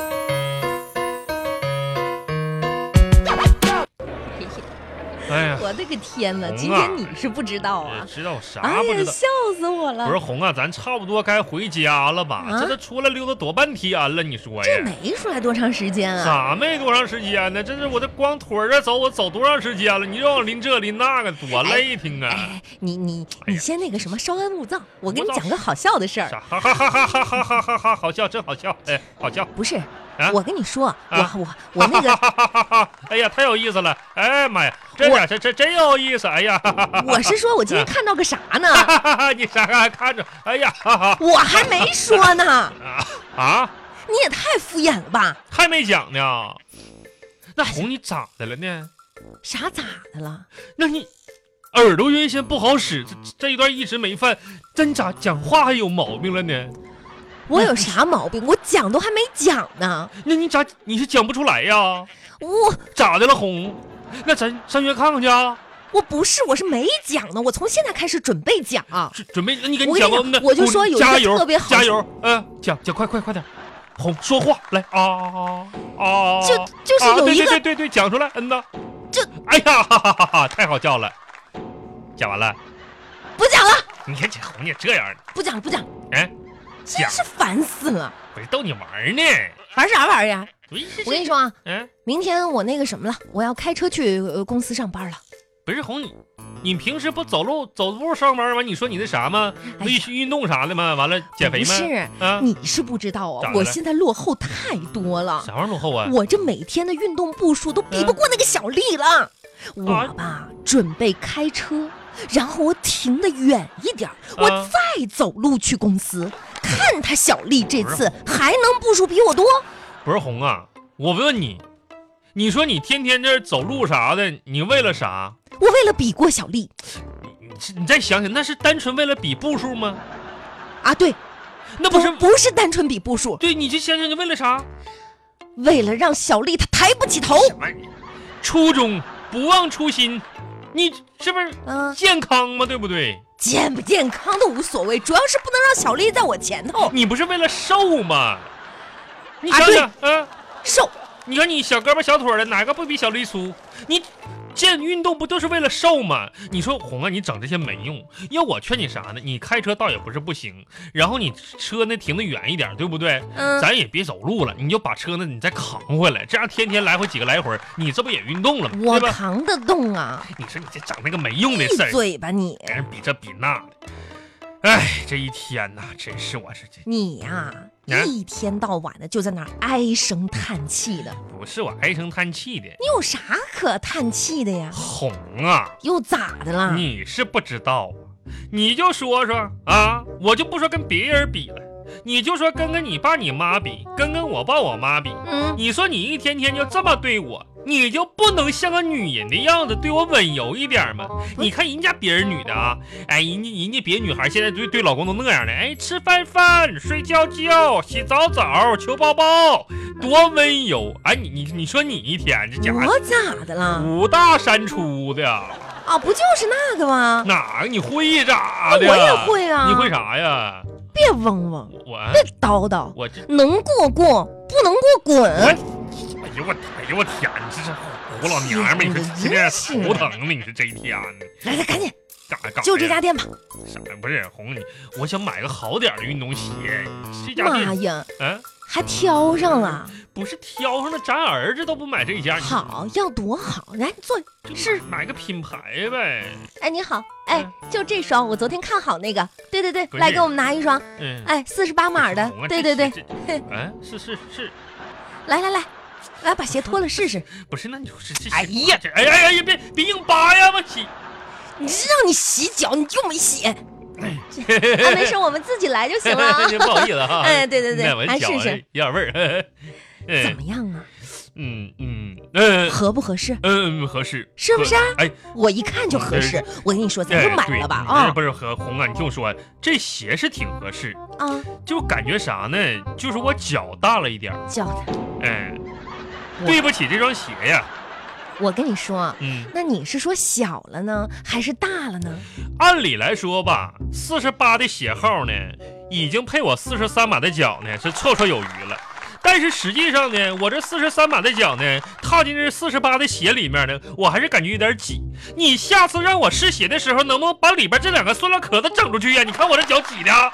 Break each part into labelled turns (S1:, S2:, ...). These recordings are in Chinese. S1: 我的个天哪！
S2: 红啊
S1: 今天你是不知道
S2: 呃
S1: 啊！
S2: 哎知道啥
S1: 哎
S2: 不
S1: 呀
S2: 知，道？
S1: 笑死我了！
S2: 不是红啊，咱差不多该回家了吧？
S1: 啊
S2: 这都出来溜达多半天了，你说
S1: 这
S2: 呀？
S1: 没出来多长时间啊！
S2: 咋没多长时间呢？这是我这光腿儿啊走，我走多长时间了？你让我拎这拎那个，多累挺啊！
S1: 哎，你你
S2: 哎呀
S1: 你先那个什么，稍安勿躁。我跟你
S2: 我早
S1: 讲个好笑的事儿。
S2: 啥哈哈哈哈哈哈哈哈哈！好笑，真好笑，哎，好笑，
S1: 不是
S2: 啊，
S1: 我跟你说，
S2: 啊
S1: 我我我那 个
S2: 哈哈哈哈哈！哎呀，太有意思了！哎妈呀，这
S1: 我
S2: 这这真有意思！哎呀，哈哈哈
S1: 我是说我今
S2: 啊
S1: 天看到个啥呢？
S2: 哈哈哈！你啥还看着？哎呀，哈哈
S1: 我还没说呢，
S2: 啊啊！
S1: 你也太敷衍了吧？
S2: 还没讲呢。那红你咋的了呢？
S1: 啥咋的了？
S2: 那你耳朵原先不好使，这这一段一直没犯，真咋讲话还有毛病了呢？
S1: 我有啥毛病？我讲都还没讲呢。
S2: 那你咋你是讲不出来呀？
S1: 我
S2: 咋的了红？那咱上学看看去啊，
S1: 我不是，我是没讲呢。我从现在开始准备讲。啊
S2: 准准备，那你给
S1: 我
S2: 你
S1: 跟
S2: 讲
S1: 你
S2: 吧。那
S1: 讲我就说有一个
S2: 加油，
S1: 特别好
S2: 加油，嗯、讲讲快快快点，红说话来啊啊啊！
S1: 就就是
S2: 啊
S1: 有
S2: 对
S1: 一
S2: 对
S1: 个
S2: 对对对，讲出来，嗯呐，
S1: 这
S2: 哎呀，哈哈哈哈，太好笑了，讲完了，
S1: 不讲了，
S2: 你看这红姐这样的，
S1: 不讲了，不讲了，
S2: 哎，
S1: 真
S2: 讲
S1: 是烦死了！
S2: 我是逗你玩儿呢。
S1: 玩啥玩呀？我
S2: 我
S1: 跟你，说啊，
S2: 嗯，
S1: 明天我那个什么了，我要开车去、呃、公司上班了。
S2: 不是红你，你平时不走路走步上班完？你说你那啥吗？
S1: 哎
S2: 运
S1: 呀
S2: 运动啥的吗？完了减肥
S1: 不
S2: 吗？
S1: 是，
S2: 啊，
S1: 你是不知道啊
S2: 咋，的
S1: 我
S2: 了
S1: 现在落后太多了。
S2: 啥玩意儿落后啊？
S1: 我这每天的运动步数都比不过那个小丽了。
S2: 啊
S1: 我吧，准备开车，然后我停得远一点儿，我再走路去公司。看她小丽这次还能步数比我多？
S2: 不是红啊，我问你，你说你天天这走路啥的，你为了啥？
S1: 我为了比过小丽
S2: 你你再想想，那是单纯为了比步数吗？
S1: 啊，对，
S2: 那
S1: 不
S2: 不是，
S1: 不是单纯比步数，
S2: 对，你就想想你为了啥？
S1: 为了让小丽她抬不起头。
S2: 什么玩意儿？初衷不忘初心，你这不是
S1: 嗯、
S2: 健康吗？对不对？
S1: 健不健康都无所谓，主要是不能让小丽在我前头
S2: 你不是为了瘦吗？你
S1: 啊
S2: 想
S1: 对
S2: 想，嗯、
S1: 瘦。
S2: 你看你小胳膊小腿儿的，哪个不比小丽粗？你健运动不就是为了瘦吗？你说红啊，你整这些没用。要我劝你啥呢？你开车倒也不是不行，然后你车呢停得远一点，对不对？
S1: 嗯，
S2: 咱也别走路了，你就把车呢你再扛回来，这样天天来回几个来回，你这不也运动了吗？
S1: 我
S2: 对吧？
S1: 扛得动啊！
S2: 你说你这整那个没用的
S1: 闭
S2: 事儿，
S1: 嘴吧你！
S2: 跟人比这比那的，哎，这一天呐，真是我是这
S1: 你呀、
S2: 啊
S1: 一天到晚的就在那儿唉声叹气的，
S2: 不是我唉声叹气的，
S1: 你有啥可叹气的呀？
S2: 红啊。
S1: 又咋的啦？
S2: 你是不知道啊，你就说说啊，我就不说跟别人比了，你就说跟跟你爸你妈比，跟跟我爸我妈比。
S1: 嗯，
S2: 你说你一天天就这么对我，你就不能像个女人的样子对我温柔一点吗？你看人家别人女的啊，哎，人家人家别的女孩现在对对老公都那样的，哎，吃饭饭，睡觉觉，洗澡澡，求抱抱，多温柔。哎，你你你说你一天这家伙
S1: 我咋的啦？
S2: 五大三粗的。
S1: 啊，不就是那个吗？
S2: 哪个你会咋的？
S1: 我也会哎啊
S2: 你会啥呀？
S1: 别嗡嗡，
S2: 我
S1: 别叨叨，
S2: 我这
S1: 能过过，不能过
S2: 我哎
S1: 滚！
S2: 呦我哎呦我天，这是胡老娘们，你说今天头疼呢？你说这一天呢
S1: 来来，赶紧
S2: 干干呀
S1: 就这家店吧。
S2: 啥呀？不是红你，我想买个好点的运动鞋，这家
S1: 妈
S2: 店
S1: 呀，
S2: 嗯
S1: 还挑上了，
S2: 不是挑上了，咱儿子都不买这家，你
S1: 好要多好！来坐，
S2: 就
S1: 是
S2: 买个品牌呗？
S1: 哎你好，哎
S2: 嗯
S1: 就这双，我昨天看好那个，对对对，
S2: 不是
S1: 来给我们拿一双，
S2: 嗯，
S1: 哎四十八码的
S2: 红啊，
S1: 对对对，，
S2: 这
S1: 嘿
S2: 这哎是是是，
S1: 来来来，来把鞋脱了试试。
S2: 不是那你说这这
S1: 哎呀
S2: 这哎呀哎呀别别硬扒呀我去。
S1: 你这让你洗脚，你就没洗。
S2: 哎
S1: 啊，没事，我们自己来就行 了啊。
S2: 不好意思哈。
S1: 哎对对对
S2: 那我
S1: 哎
S2: 脚
S1: 是是
S2: 有点味儿。
S1: 怎
S2: 嗯
S1: 么样啊？
S2: 嗯嗯嗯
S1: 合不合适？
S2: 嗯，合适，
S1: 是不是啊
S2: 合哎，
S1: 我一看就合适。我跟你说，咱
S2: 哎
S1: 就买了吧
S2: 对哎
S1: 啊
S2: 不是和红啊，你听我说，这鞋是挺合适，
S1: 啊！
S2: 就感觉啥呢？就是我脚大了一点儿，
S1: 叫他，
S2: 哎，
S1: 我
S2: 对不起这双鞋呀。
S1: 我跟你说啊，
S2: 嗯，
S1: 那你是说小了呢，还是大了呢？
S2: 按理来说吧，四十八的鞋号呢，已经配我四十三码的脚呢，是绰绰有余了。但但是实际上呢，我这四十三码的脚呢，踏进这四十八的鞋里面呢，我还是感觉有点挤。你下次让我试鞋的时候，能不能把里边这两个塑料壳子整出去呀、你看我这脚挤的。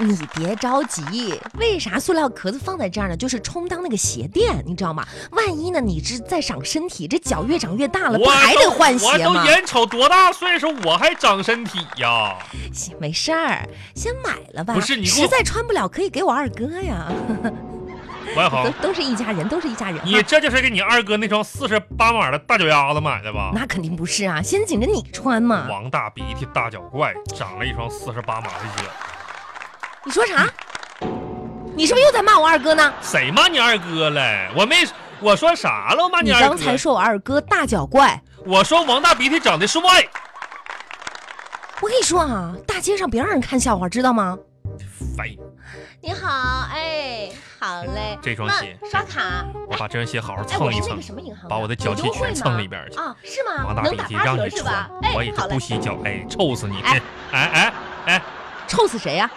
S1: 你别着急，为啥塑料壳子放在这儿呢？就是充当那个鞋垫，你知道吗？万一呢，你是在长身体，这脚越长越大了，不
S2: 我
S1: 还得
S2: 都
S1: 换
S2: 我
S1: 鞋
S2: 都
S1: 吗？
S2: 眼瞅多大岁数，我还长身体 呀！
S1: 行，没事儿，先买了吧。
S2: 不是你给我
S1: 实在穿不了，可以给我二哥呀。
S2: 万豪
S1: 都，都是一家人，都是一家人。
S2: 哦
S1: 啊
S2: 你这就是给你二哥那双四十八码的大脚丫子买的吧？
S1: 那肯定不是啊，先紧着你
S3: 嗯
S1: 穿嘛。
S2: 王大鼻涕大脚怪长了一双四十八码的脚，
S1: 你说啥？你是不是又在骂我二哥呢？
S2: 谁骂你二哥了？我没我说啥了？我骂
S1: 你
S2: 二哥？
S1: 刚才说我二哥大脚怪，
S2: 我说王大鼻涕长得帅，
S1: 我跟你说啊，大街上别让人看笑话，知道吗？
S2: 烦人！
S3: 你好，哎，好嘞。
S2: 嗯这双
S3: 那
S2: 鞋
S3: 刷卡，
S2: 我把这双鞋好好
S3: 哎，我
S2: 蹭
S3: 是
S2: 一
S3: 那
S2: 蹭
S3: 个，什么银行的？
S2: 把我的脚气全蹭里边去。
S3: 啊，是吗？
S2: 王大
S3: 能
S2: 鼻
S3: 打
S2: 涕
S3: 八
S2: 让
S3: 折
S2: 你
S3: 是
S2: 穿
S3: 吧？，哎，
S2: 我也就
S3: 好嘞
S2: 不。洗脚，哎，臭死你！哎
S3: 哎
S2: 哎哎，
S1: 臭死谁呀、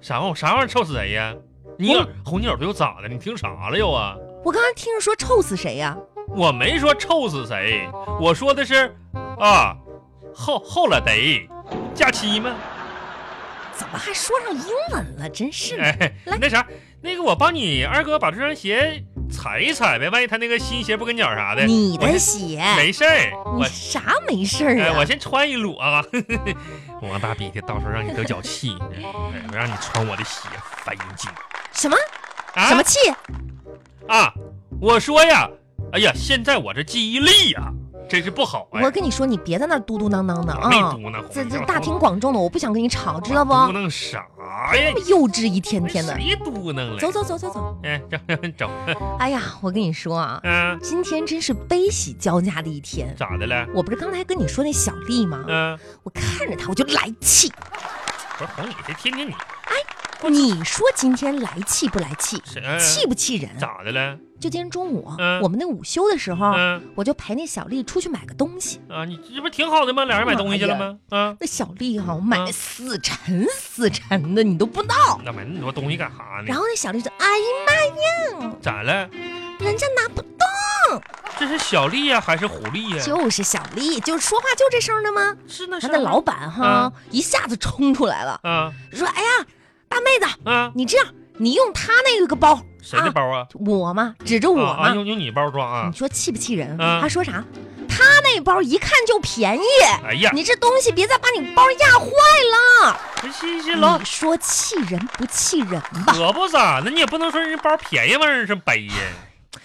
S2: 啥玩意儿啥玩意儿臭死谁呀？你耳红你耳朵又咋的？你听啥了又啊？
S1: 我刚才听着说臭死谁呀、
S2: 我没说臭死谁，我说的是啊，后后了得假期吗？
S1: 怎么还说上英文了？真是 的。
S2: 哎，
S1: 来
S2: 那啥，那个我帮你二哥把这双鞋踩一踩呗，万一他那个新鞋不跟脚啥的。
S1: 你
S2: 哎我
S1: 的
S2: 先
S1: 鞋，
S2: 没事儿，
S1: 你
S2: 我
S1: 啥没事儿
S2: 哎，
S1: 啊？
S2: 我先穿一裸啊。 王大鼻涕，到时候让你得脚气，哎我让你穿我的鞋，烦人精
S1: 什么
S2: 啊
S1: 什么气？
S2: 啊！我说呀，哎呀，现在我这记忆力呀、真是不好哎。
S1: 我跟你说，你别在那儿嘟嘟囔囔的
S2: 我没
S1: 啊！
S2: 读呢，
S1: 这
S2: 红
S1: 这
S2: 娘
S1: 大庭广众的，我不想跟你吵，知道不？
S2: 嘟囔啥呀
S1: 这？么幼稚，一天天的。
S2: 谁嘟囔了？
S1: 走，走走走走。
S2: 哎，整 整，
S1: 哎呀，我跟你说啊，
S2: 嗯、
S1: 今天真是悲喜交加的一天。
S2: 咋的了？
S1: 我不是刚才跟你说那小丽吗？
S2: 嗯、
S1: 我看着她我就来气。
S2: 不是红，你这天天你
S1: 你说今天来气不来气？
S2: 是、嗯
S1: 气不气人？
S2: 咋的了？
S1: 就今天中午
S2: 嗯，
S1: 我们那午休的时候，
S2: 嗯
S1: 我就陪那小丽出去买个东西。
S2: 啊，你这不挺好的吗？俩人买东西去了吗？啊，
S1: 那小丽哈、买
S2: 嗯
S1: 的死沉死沉的，你都不知道。
S2: 那买那么多东西干啥呢？
S1: 然后那小丽就哎呀妈呀，
S2: 咋了？
S1: 人家拿不动，
S2: 这是小丽呀、还是狐狸呀、
S1: 就是小丽，就是说话就这声儿的吗？
S2: 是那
S1: 他
S2: 是嗯
S1: 的老板哈、一下子冲出来了，
S2: 啊
S1: 说：“哎呀，大妹子，
S2: 啊，
S1: 你这样，你用他那个包，
S2: 谁的包啊？
S1: 我嘛，指着我
S2: 啊啊，
S1: 嘛，
S2: 用用你包装啊
S1: 你！说气不气人？
S2: 嗯
S1: 他说啥？他那包一看就便宜，
S2: 哎呀，
S1: 嗯你这东西别再把你包压坏了。
S2: 这这这老
S1: 你说气人不气人吧？
S2: 可不咋的，你也不能说人家包便宜往人是背呀，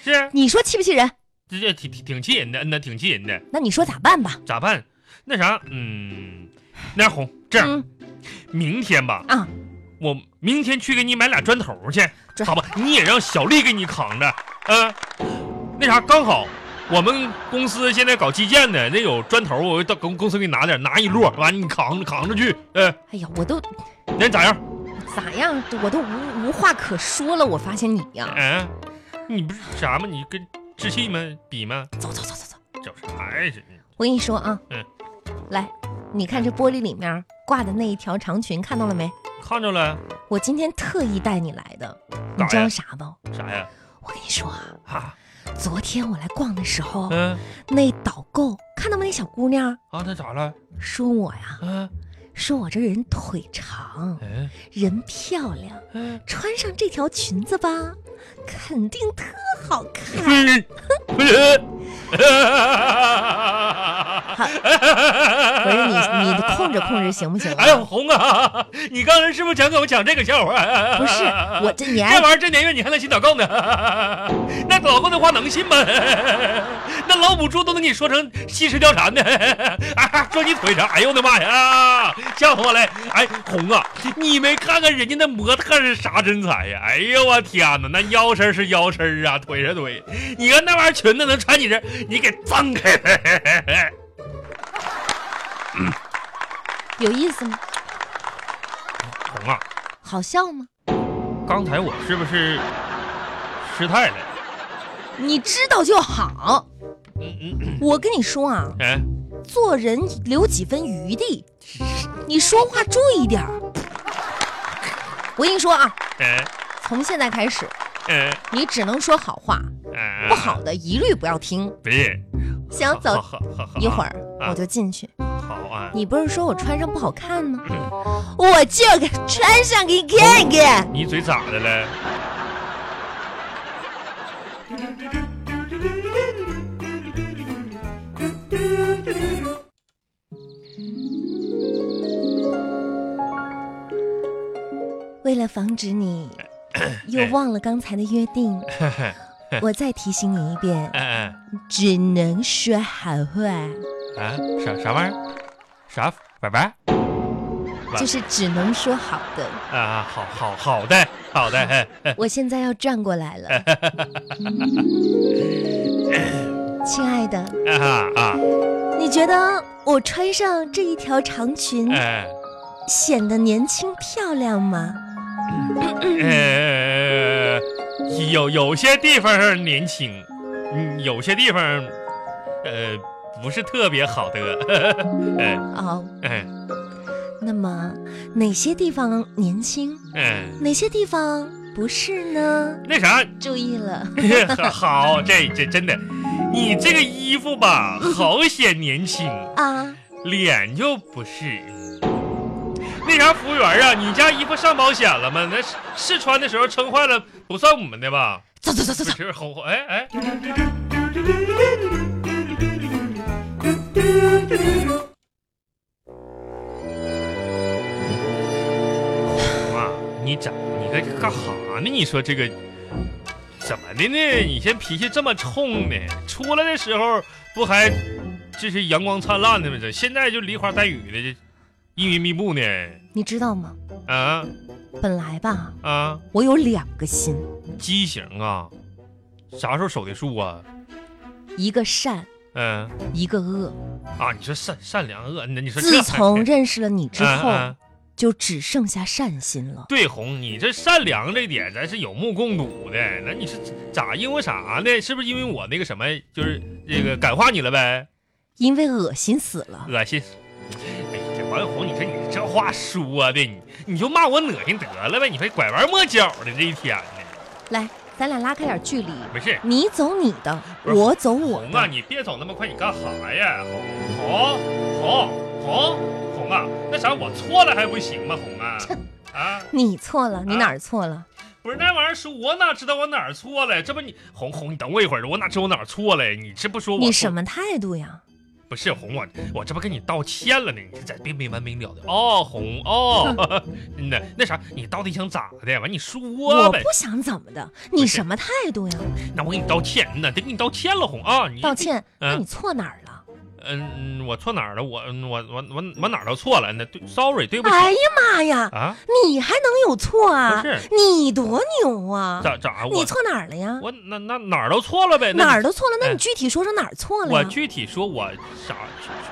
S2: 是
S1: 你说气不气人？
S2: 这这挺挺挺气人的，嗯呐，挺气人的，
S1: 那你说咋办吧？
S2: 咋办？那啥，嗯，那样红这样，
S1: 嗯
S2: 明天吧，
S1: 啊，
S2: 我明天去给你买俩砖头去，
S1: 砖
S2: 好吧？你也让小丽给你扛着，嗯、那啥，刚好我们公司现在搞基建的，那有砖头，我到公公司给你拿点，拿一摞，完你扛着扛着去，嗯、
S1: 哎呀，我都
S2: 那咋样？
S1: 咋样？我都无无话可说了。我发现你呀、
S2: 嗯、你不是啥吗？你跟置气吗？比吗？
S1: 走走走走走，
S2: 找啥呀？这
S1: 我跟你说啊，
S2: 嗯，
S1: 来，你看这玻璃里面挂的那一条长裙，看到了没？
S2: 看着了
S1: 我今天特意带你来的，
S2: 干
S1: 你
S2: 呀
S1: 知道啥不？
S2: 啥呀？
S1: 我跟你说啊，
S2: 啊，
S1: 昨天我来逛的时候，
S2: 嗯、
S1: 那导购看到没？那小姑娘
S2: 啊，那咋了？
S1: 说我呀，
S2: 嗯、
S1: 说我这人腿长，
S2: 嗯
S1: 人漂亮，
S2: 嗯，
S1: 穿上这条裙子吧，肯定特好 看。
S2: 嗯，不是，不
S1: 不是你，你控制控制行不行、啊？
S2: 哎呦，红啊！你刚才是不是想给我讲这个笑话？
S1: 不是我这你
S2: 这
S1: 爱
S2: 玩意儿这年月你还能信祷告呢？ 那祷告的话能信吗？ 那老母猪都能给你说成吸食貂蝉呢？ 啊，说你腿长，哎呦我的妈呀！吓死我了！哎，红啊，你没看看人家那模特是啥身材呀？哎呦我天哪，那腰身是腰身啊，腿是腿。你看那玩意儿裙子能穿你这，你给脏开了。
S1: 有意思吗？
S2: 红啊，
S1: 好笑吗？
S2: 刚才我是不是失态了？
S1: 你知道就好。
S2: 嗯嗯嗯，
S1: 我跟你说啊，
S2: 哎。
S1: 做人留几分余地，你说话注意点儿。我跟你说啊，
S2: 哎
S1: 从现在开始，
S2: 嗯
S1: 你只能说好话，
S2: 嗯，
S1: 不好的一律不要听。
S2: 对，
S1: 行，走，
S2: 好，好好
S1: 一会儿
S2: 啊
S1: 我就进去。
S2: 好啊，
S1: 你不是说我穿上不好看吗？
S2: 嗯
S1: 我就给穿上给你看看。
S2: 你嘴咋的了？
S1: 为了防 止你又忘了刚才的约 定，我再提醒你一遍，
S2: 嗯
S1: 只能说好话，
S2: 嗯啊，啥啥玩意儿？啥拜拜？吧
S1: 就是只能说好的。
S2: 啊，好好好的好的，哎哎
S1: 我现在要转过来 了，亲爱的，
S2: 啊啊
S1: 你觉得我穿上这一条长裙
S2: 哎
S1: 显得年轻漂亮吗？
S2: 呃，有有些地方年轻，嗯，有些地方，呃，不是特别好的，嗯
S1: 哦，
S2: 嗯
S1: 那么哪些地方年轻，
S2: 嗯，
S1: 哪些地方不是呢？
S2: 那啥，
S1: 注意了，
S2: 好，这这真的，你这个衣服吧，好显年轻，
S1: 啊，
S2: 脸就不是。那啥，服务员啊，你家衣服上保险了吗？那试试穿的时候撑坏了，不算我们的吧？
S1: 走走走走
S2: 不
S1: 走，
S2: 是红，哎哎，妈，你咋你在这干哈呢？你说这个怎么的呢？你现在脾气这么冲呢？出来的时候不还这是阳光灿烂的吗？这现在就梨花带雨的，这阴云密布呢？
S1: 你知道吗？
S2: 啊
S1: 本来吧，
S2: 啊，
S1: 我有两个心，
S2: 畸形啊！啥时候守的住啊？
S1: 一个善，
S2: 嗯、
S1: 一个恶。
S2: 啊，你说善善良恶，那你说
S1: 自
S2: 这
S1: 从 认识了你之后，
S2: 嗯嗯
S1: 就只剩下善心了。
S2: 对红，你这善良这点咱是有目共睹的。那你是咋因为啥呢？是不是因为我那个什么，就是这个感化你了呗？
S1: 因为恶心死了。
S2: 恶心！哎呀，这王小红，你说你这话说啊的，你你就骂我恶心得了呗？你还拐弯抹角的这一天呢？
S1: 来，咱俩拉开点距离，
S2: 没事，
S1: 你走你的，
S2: 不是
S1: 我走我
S2: 红啊，
S1: 的。
S2: 你别走那么快，你干啥呀？红红红红红啊，那啥，我错了还不行吗？红啊啊！
S1: 你错了，你哪儿错了？
S2: 不是那玩意儿说，我哪知道我哪儿错了？这不你红红，你等我一会儿，我哪知道我哪儿错了？你这不说我
S1: 你什么态度呀？
S2: 不是红我，我这不跟你道歉了呢？你这咋别没完没了的？哦，红哦， 那那啥，你到底想咋的？完你说
S1: 我
S2: 呗
S1: 不，想怎么的，
S2: 是
S1: 你什么态度呀？
S2: 那我给你道歉，那得给你道歉了，红啊，你
S1: 道。歉，
S2: 嗯
S1: 那你错哪儿了？
S2: 嗯，我错哪儿了？我我我我我哪儿都错了？那对，sorry，对不起
S1: 哎呀妈呀，
S2: 啊，
S1: 你还能有错啊
S2: 不是？
S1: 你多牛啊！
S2: 咋咋我
S1: 你错哪儿了呀？
S2: 我那那哪儿都错了呗？那你
S1: 哪儿都错了，那
S2: 哎
S1: 你具体说说哪儿错了
S2: 我
S1: 呀？
S2: 具体说，我啥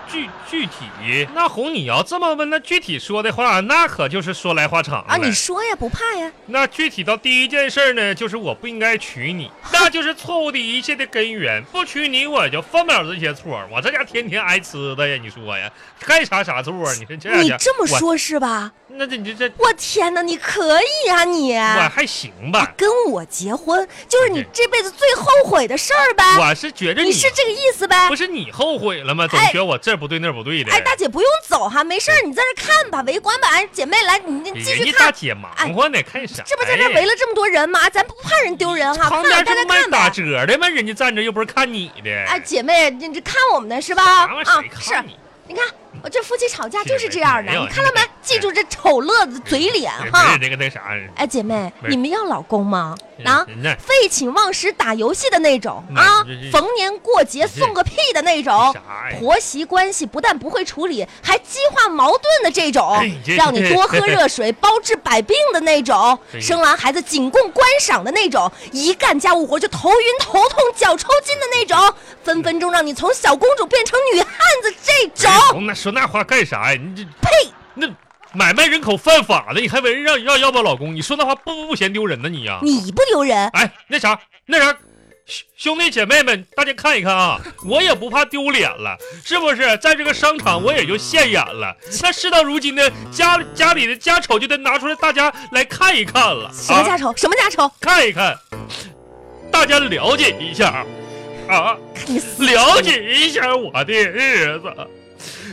S2: 具具具体？那红，你要这么问，那具体说的话，那可就是说来话长了。
S1: 啊，你说呀，不怕呀？
S2: 那具体到第一件事呢，就是我不应该娶 你，那就是错误的一切的根源。不娶你，我就犯不了这些错儿，我这家天天挨呲的呀！你说呀，该啥啥错儿？你说这
S1: 你
S2: 样，
S1: 这么
S2: 我，
S1: 说，是吧？
S2: 那这你这这
S1: 我天哪，你可以啊你！
S2: 我还行吧？
S1: 跟我结婚就是你
S2: 对
S1: 这辈子最后悔的事儿呗？
S2: 我是觉着
S1: 啊你是这个意思呗
S2: 不？是你后悔了吗？总
S1: 哎
S2: 觉得我这儿不对那儿不对的。
S1: 哎，大姐不用走哈，没事儿，你在这看吧，围观吧。哎，姐妹来，你你继
S2: 人家
S1: 续
S2: 大
S1: 看，哎
S2: 姐忙活呢，看啥呀？哎
S1: 这不在这围了这么多人吗？啊咱不怕人丢人哈，
S2: 旁
S1: 啊
S2: 边
S1: 看大家
S2: 这卖
S1: 看
S2: 打
S1: 呗。
S2: 折的吗？人家站着又不是看你的。
S1: 哎，姐妹，你这看我们的是吧？
S2: 啥
S1: 啊
S2: 玩意儿，谁
S1: 是
S2: 看，你？
S1: 你看我这夫妻吵架
S2: 姐
S1: 就是这样的，
S2: 妹没有
S1: 你看到没
S2: 你？
S1: 记住这丑乐子嘴脸
S2: 哎不
S1: 哈
S2: 是！那个那啥，
S1: 哎，姐妹，
S2: 没嗯
S1: 你们要老公吗？啊，
S2: 人家
S1: 废寝忘食打游戏的那种
S2: 那
S1: 啊
S2: 这这，
S1: 逢年过节送个屁的那种，
S2: 啥呀？
S1: 婆媳关系不但不会处理，还激化矛盾的这种
S2: 哎，这
S1: 让你多喝 热水包治百病的那种，
S2: 对
S1: 生完孩子仅供观赏的那种，一干家务活就头晕头痛、脚抽筋的那种，分分钟让你从小公主变成女汉子这
S2: 不是
S1: 种。
S2: 红那说那话干啥呀？你这
S1: 呸！
S2: 那买卖人口犯法的，你还围着让让要不要老公？你说那话不不不嫌丢人呢你呀？
S1: 你不丢人，
S2: 哎，那啥那啥，兄兄弟姐妹们，大家看一看啊，我也不怕丢脸了，是不是？在这个商场，我也就现眼了。那事到如今呢，家家里的家丑就得拿出来，大家来看一看了。啊
S1: 什么家丑？什么家丑？
S2: 看一看，大家了解一下啊，
S1: 看你死
S2: 了解一下我的日子。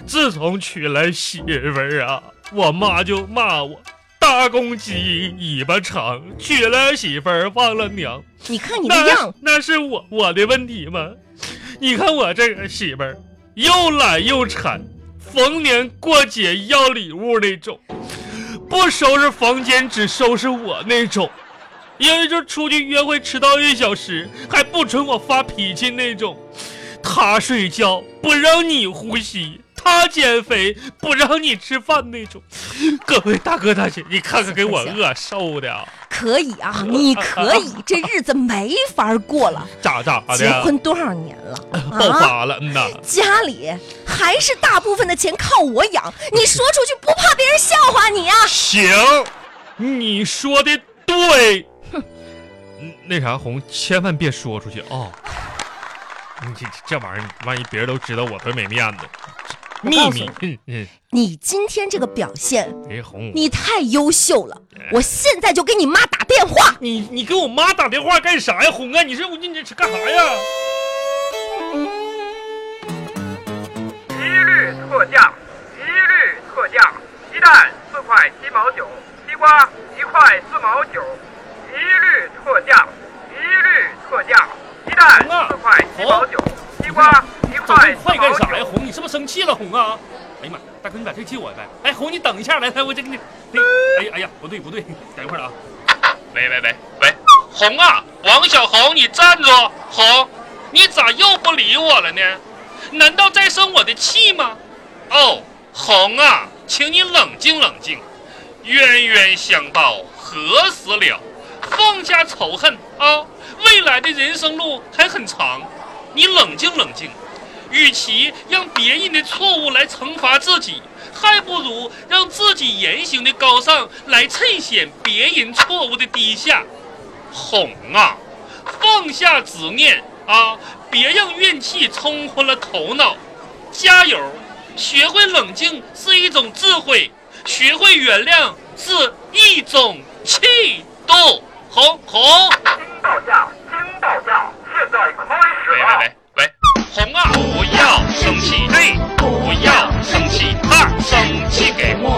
S2: 自从娶来媳妇儿啊，我妈就骂我大公鸡尾巴长，娶了媳妇儿忘了娘。
S1: 你看你
S2: 那
S1: 的样，
S2: 那是我我的问题吗？你看我这个媳妇儿又懒又馋，逢年过节要礼物那种，不收拾房间只收拾我那种，因为就出去约会迟到一小时还不准我发脾气那种。他睡觉不让你呼吸，他减肥不让你吃饭那种。各位大哥大姐，你看看给 我饿瘦的、啊，
S1: 可以啊，你可以， 这日子没法过 了。
S2: 咋咋的？啊
S1: 结婚多少年了
S2: 爆
S1: 啊？
S2: 发了，嗯呐。
S1: 家里还是大部分的钱靠我养，你说出去不怕别人笑话你啊？
S2: 行，你说的对。嗯那啥红，千万别说出去啊、你这这玩意儿，万一别人都知道我多没面子。
S1: 我
S2: 秘
S1: 告诉
S2: 密，嗯嗯，
S1: 你今天这个表现，
S2: 哎红，
S1: 你太优秀了，我现在就给你妈打电话。
S2: 你你给我妈打电话干啥呀？红啊，你是你这是干啥呀？
S4: 一律特价，一律特价，鸡蛋四块七毛九，西瓜一块四毛九，一律特价，一律特价，鸡蛋四块七毛九，西瓜一
S2: 走快
S4: 块四
S2: 干
S4: 毛
S2: 啥呀？
S4: 九。
S2: 红，你是不是生气了？红啊！哎呀妈，大哥你把这借我呗。哎，红你等一下，来来，我这给你，那哎呀哎呀，不对不对， 等一会儿啊。喂喂喂喂，红啊，王小红，你站住！红，你咋又不理我了呢？难道在生我的气吗？哦，红啊，请你冷静冷静。冤冤相报何时了？放下仇恨啊！未来的人生路还很长，你冷静冷静。与其让别人的错误来惩罚自己，还不如让自己言行的高尚来衬显别人错误的低下。哄啊，放下执念啊，别让怨气冲昏了头脑。加油！学会冷静是一种智慧，学会原谅是一种气度。哄哄。
S4: 听到价，听到价，现在开始
S2: 喂
S4: 了。
S2: 喂喂喂，红啊！不要生气，嘿，不要生气，大声气给我